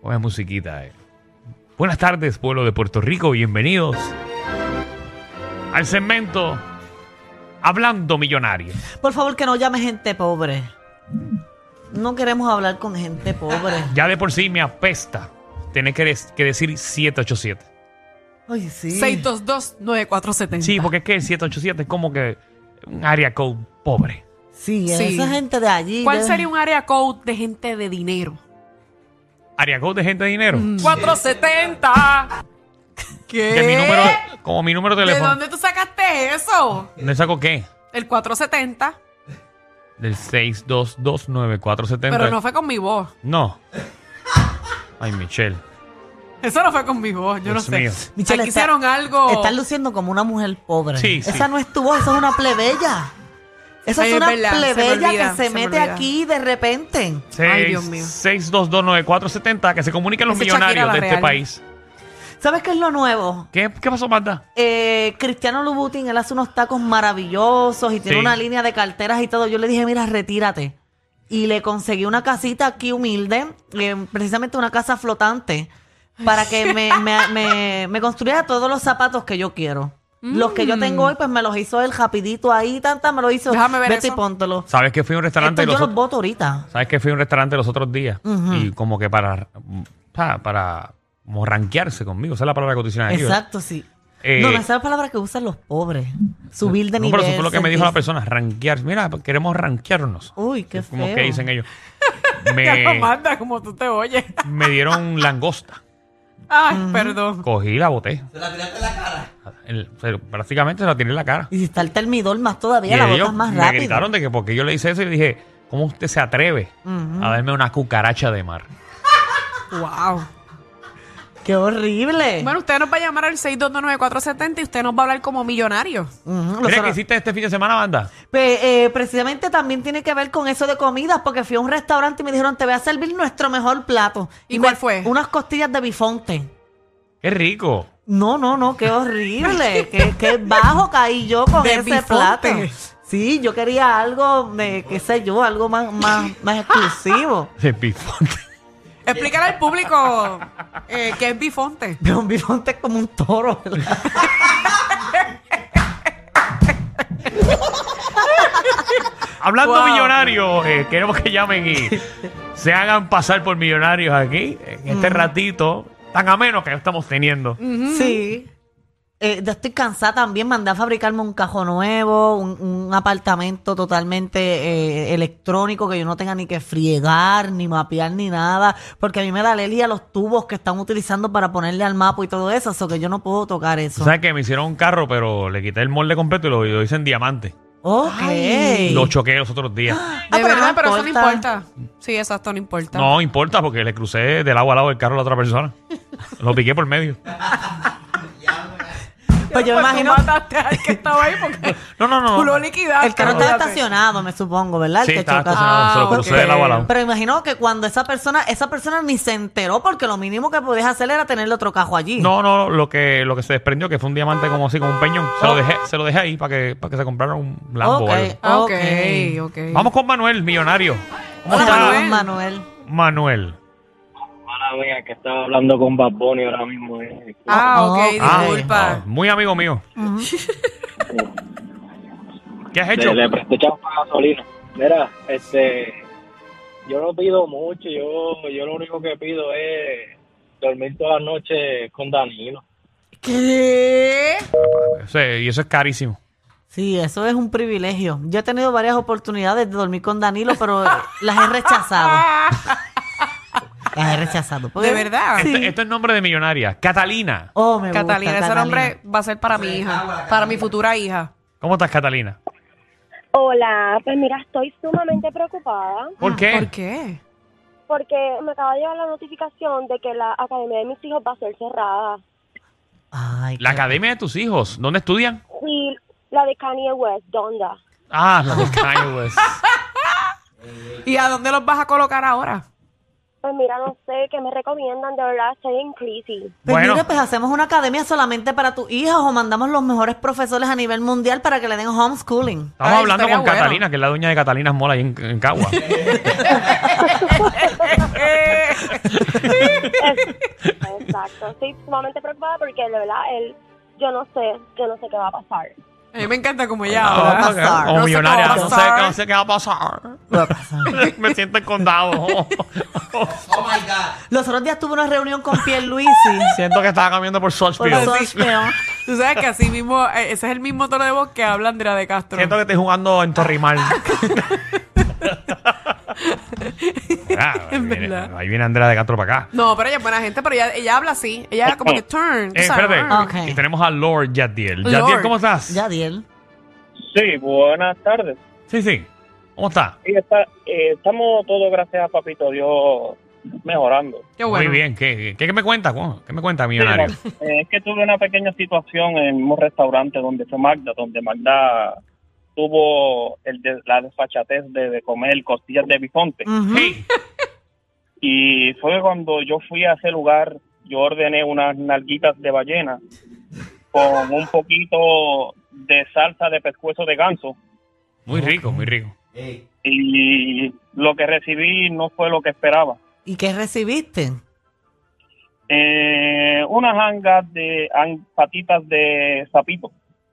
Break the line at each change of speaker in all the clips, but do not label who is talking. Buena musiquita, eh. Buenas tardes, pueblo de Puerto Rico. Bienvenidos al segmento Hablando Millonario.
Por favor, que no llame gente pobre. No queremos hablar con gente pobre.
Ya de por sí me apesta tener que, des- que decir 787.
Ay, sí.
622-9470.
Sí, porque es que el 787 es como que un área code pobre.
Sí,
Sí.
esa gente de allí.
¿Cuál
de-
sería un área code de gente de dinero?
Área code de gente de dinero.
Mm. 470. ¿Qué?
Que es mi número, como mi número de
¿De
teléfono.
dónde tú sacaste eso?
¿No saco qué?
El 470.
Del 6229470.
Pero no fue con mi voz.
No. Ay, Michelle.
Eso no fue con mi voz. Yo
Dios
no sé.
mío.
Michelle,
Aquí
está-
hicieron algo.
Estás luciendo como una mujer pobre.
Sí, sí.
Esa no es tu voz, esa es una plebeya. Esa es
Es
una
verdad, se me
plebeya
olvida,
que se,
se me
mete
olvida.
aquí de repente.
Ay, Dios mío.
6229470, que se comuniquen los
Ese Shakira
millonarios
la
de este
real.
país.
¿Sabes qué es lo nuevo?
¿Qué, qué pasó, Magda?
Eh, Cristiano Lubutin, él hace unos tacos maravillosos y tiene
Sí.
una línea de carteras y todo. Yo le dije, mira, retírate. Y le conseguí una casita aquí humilde, eh, precisamente una casa flotante, para que me, me- me- me construyera todos los zapatos que yo quiero. Los que
Mm.
yo tengo hoy, pues me los hizo él rapidito ahí, tanta me lo hizo.
Déjame ver
Vete y
eso.
póntelo.
¿Sabes que fui a un restaurante
Estos
los
yo los
ot-
voto ahorita.
¿Sabes que fui a un restaurante los otros días?
Ujú.
Y como que para, mm, ah, para morranquearse conmigo. Esa es la palabra que utilizan aquí. ¿verdad?
Exacto, sí.
Eh,
no, no, esa es la palabra que usan los pobres. Subir de
no,
nivel.
pero eso fue lo que me dijo la
sentirse-
persona, ranquear. Mira, queremos ranquearnos.
Uy, qué
Es como
feo.
que dicen ellos. Eh.
Ya lo
Me,
manda como tú te oyes.
me dieron langosta.
Ay, perdón.
Cogí y la boté. ¿Se la tiraste en la cara? prácticamente se la tiré en la cara.
Y si está el termidor más todavía,
Y
la
ellos
botas más
me
rápido.
gritaron de que porque yo le hice eso y le dije, ¿cómo usted se atreve a darme una cucaracha de mar?
Wow.
¡Qué horrible!
Eh. Bueno, usted nos va a llamar al 6229470 y usted nos va a hablar como millonario.
Ujú, los
Mira, ¿qué
horas-
hiciste este fin de semana, banda?
Pe- eh, precisamente también tiene que ver con eso de comidas, porque fui a un restaurante y me dijeron, te voy a servir nuestro mejor plato.
¿Y
me-
cuál fue?
Unas costillas de bifonte.
¡Qué rico!
No, no, no, qué horrible. qué, qué bajo caí yo con
De
ese
bifonte.
plato. Sí, yo quería algo, de, qué sé yo, algo más, más, más exclusivo.
De bifonte.
Explícale al público eh, qué es bifonte.
Pero un bifonte es como un toro, ¿verdad?
Hablando
Wow.
millonarios, eh, queremos que llamen y se hagan pasar por millonarios aquí, en este ratito tan ameno que estamos teniendo.
Sí. Eh, ya estoy cansada también. Mandé a fabricarme un cajón nuevo, un, un apartamento totalmente eh, electrónico que yo no tenga ni que friegar, ni mapear, ni nada. Porque a mí me da alergia los tubos que están utilizando para ponerle al mapa y todo eso. Eso que yo no puedo tocar
Tú
eso.
sabes que me hicieron un carro, pero le quité el molde completo y lo, lo hice en diamante.
Ok.
Lo choqué los otros días.
De
pero
verdad,
no
Ah, pero eso no
importa.
importa. Sí, exacto, no importa.
No importa porque le crucé del agua al lado del carro a la otra persona. Lo piqué por medio.
Pues yo me
Pues
imagino
Tú mataste al que estaba ahí porque
No, no, no.
tú lo liquidaste.
el carro estaba estacionado, me supongo, ¿verdad? El
Sí,
que
estaba
choca.
estacionado. se lo
Ah,
crucé
ok.
del agua al lado.
Pero imagino que cuando esa persona, esa persona ni se enteró porque lo mínimo que podías hacer era tenerle otro cajo allí.
No, no, lo que, lo que se desprendió, que fue un diamante como así, como un peñón. Se lo dejé, se lo dejé ahí para que, para que se comprara un Lambo o
Ok.
algo.
Ah, ok,
Ok.
ok.
Vamos con Manuel, millonario. ¿Cómo
Hola,
está
Manuel.
Manuel.
Manuel.
Manuel?
Mala mía, Ah, que estaba hablando con Bad Bunny ahora mismo. eh.
Ah, ok,
Ah,
ah,
disculpa.
muy amigo mío. ¿Qué has hecho?
Le, le presté chapa a gasolina. Mira, este, yo no pido mucho, yo, yo lo único que pido es dormir todas las noches con Danilo.
¿Qué?
Sí, y eso es carísimo.
Sí, eso es un privilegio. Yo he tenido varias oportunidades de dormir con Danilo, pero las he rechazado.
Ah,
Las he rechazado. porque-
¿De verdad?
Sí.
Este- Esto es nombre de millonaria. Catalina.
Oh, me gusta
Catalina, ese nombre va a ser para mi hija, para mi futura hija.
¿Cómo estás, Catalina?
Hola, pues mira, estoy sumamente preocupada
¿Por qué?
¿Por qué?
porque me acaba de llegar la notificación de que la academia de mis hijos va a ser cerrada.
Ay,
La
qué-
academia de tus hijos, ¿dónde estudian?
Sí, la de Kanye West, Donda.
Ah, la de Kanye West.
¿Y a dónde los vas a colocar ahora?
Pues mira, no sé, ¿qué me recomiendan? De verdad, estoy en crisis.
Pues
Bueno.
mira, pues hacemos una academia solamente para tus hijas o mandamos los mejores profesores a nivel mundial para que le den homeschooling.
Estamos
Ay,
hablando
estaría
con
bueno.
Catalina, que es la dueña de Catalina Mola ahí en, en Cagua.
Eh.
Exacto, estoy sumamente preocupada porque de verdad, él, yo no sé, yo no sé qué va a pasar.
A mí me encanta como ella
Ah.
va a
habla.
pasar?
O
No sé qué va a
millonaria, no sé,
pasar.
no sé qué va a pasar. Me siento en condado.
Los otros días tuve una reunión con Pierluisi.
siento que estaba cambiando por
por
Sochfield.
Sochville.
Tú sabes que así mismo, eh, ese es el mismo tono de voz que habla Andrea de Castro.
Siento que estoy jugando en Torrimal. Ah, ahí,
Es
viene,
verdad.
ahí viene Andrea de Castro para acá. Eh,
No, pero ella es buena gente, pero ella, ella habla así. Ella habla como que turn. tú
Eh,
sabes, Ah,
espérate,
turn.
Ok.
y tenemos a Lord Yadiel.
Lord.
Yadiel, ¿cómo estás?
Yadiel.
Sí, buenas tardes.
Sí, sí. ¿Cómo estás?
Sí, está, eh, estamos todos, gracias a Papito Dios, mejorando.
Qué bueno.
Muy bien. ¿Qué, qué, qué me cuentas? Juan? ¿Qué me cuentas, millonario?
Sí, no, eh, es que tuve una pequeña situación en un restaurante donde fue Magda, donde Magda tuvo el de- la desfachatez de, de comer costillas de bisonte.
Ujú.
Sí.
Y fue cuando yo fui a ese lugar, yo ordené unas nalguitas de ballena con un poquito de salsa de pescuezo de ganso.
Muy rico, muy rico.
Y lo que recibí no fue lo que esperaba.
¿Y qué recibiste?
Eh, unas hangas de han- patitas de sapito.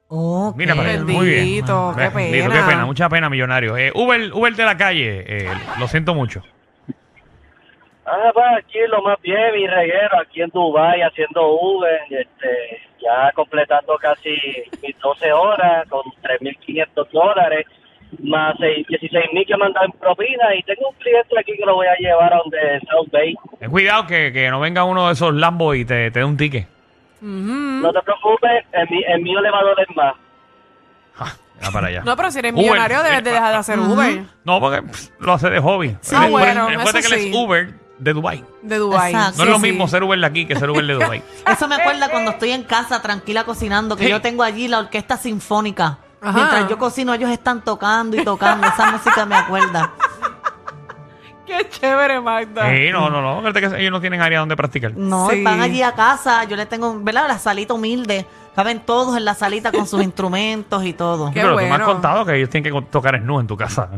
Oh,
Mira para allá.
Bendito,
Muy bien.
Oh, qué
Eh,
pena.
Qué pena, mucha pena, millonario. Eh, Uber, Uber de la calle, eh, lo siento mucho.
Ah, pues aquí lo más bien, mi reguero, aquí en Dubai haciendo Uber, este, ya completando casi mis 12 horas con 3.500 dólares, más seis- 16.000 que mandan en propina y tengo un cliente aquí que lo voy a llevar a donde South Bay.
Ten cuidado que, que no venga uno de esos Lambo y te, te dé un ticket.
Ujú.
No te preocupes, el, mi- el mío le va a doler más.
Ah, mira para allá.
No, pero si eres
Uber.
millonario, debes de dejar de hacer Uber
No, porque pff, lo hace de hobby.
Sí.
Recuerda-
Ah, bueno,
recuerda
eso
que él es
sí.
Uber de Dubai.
de Dubái.
Exacto.
No
Sí,
es lo mismo ser Uber de aquí que ser Uber de Dubai.
Eso me acuerda cuando estoy en casa tranquila cocinando, que
Sí.
yo tengo allí la orquesta sinfónica.
Ajá.
Mientras yo cocino, ellos están tocando y tocando. Esa música me acuerda.
Qué chévere, Magda.
Sí, no, no, no. Acuérdate que ellos no tienen área donde practicar.
No,
Sí.
van allí a casa. Yo les tengo, ¿verdad? La salita humilde. Caben todos en la salita con sus instrumentos y todo.
Sí,
Qué
pero tú me
bueno.
has contado que ellos tienen que tocar snu en tu casa.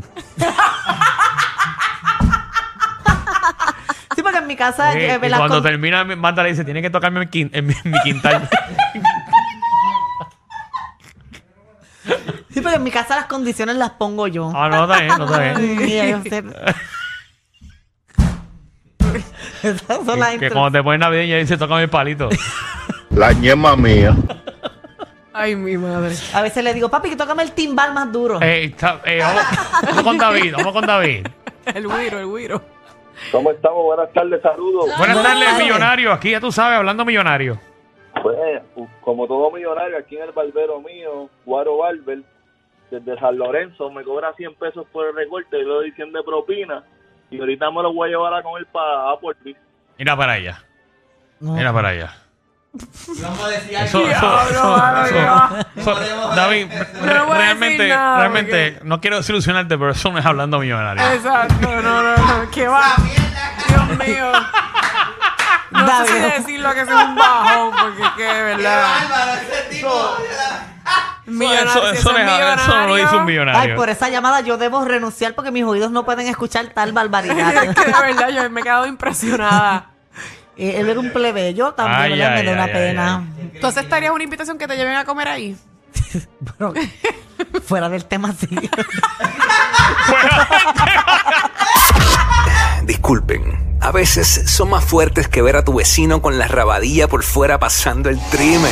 Sí, porque en mi casa.
Sí,
eh,
y
¿verdad?
cuando
Con-
termina, Manda le dice, tiene que tocarme en mi, quin- en mi- mi quintal.
Sí, porque en mi casa las condiciones las pongo yo.
Ah, no, está bien, no está bien.
Sí, yo sé. Esas son las
Que
instrucciones.
cuando te pones navideña dice, tócame el palito.
La ñema mía.
Ay, mi madre.
A veces le digo, papi, que tócame el timbal más duro.
Eh, está- eh, vamos, vamos con David, vamos con David.
El güiro, el güiro.
¿Cómo estamos? Buenas tardes, saludos.
Buenas
Buenas
tardes,
tardes.
millonario. Aquí ya tú sabes, hablando millonario.
Pues, como todo millonario, aquí en el barbero mío, Guaro Barber, desde San Lorenzo, me cobra 100 pesos por el recorte, yo le doy 100 de propina, y ahorita me lo voy a llevar a comer para Applebee's.
Mira para allá,
No.
mira para allá. Eso- eso-
Diablo, mano,
eso-
ya.
eso- David,
voy a decir
realmente,
nada,
realmente, no quiero desilusionarte, pero eso no es hablando millonario.
Exacto, no, no, no. ¿Qué va? Dios mío. No
David.
sé si decirlo que es un bajón, porque es que de verdad. Millonario,
Eso,
si
eso
ese
no
es
es- eso no lo dice un
Ay,
millonario.
millonario.
por esa llamada yo debo renunciar porque mis oídos no pueden escuchar tal barbaridad.
Es que de verdad yo me he quedado impresionada.
Eh, Él era un plebeyo también,
Ay,
¿verdad?
ay,
me da una
ay, ay,
pena.
Entonces estaría una invitación que te lleven a comer ahí.
Fuera del tema, sí.
Disculpen. A veces son más fuertes que ver a tu vecino con la rabadilla por fuera pasando el trimen.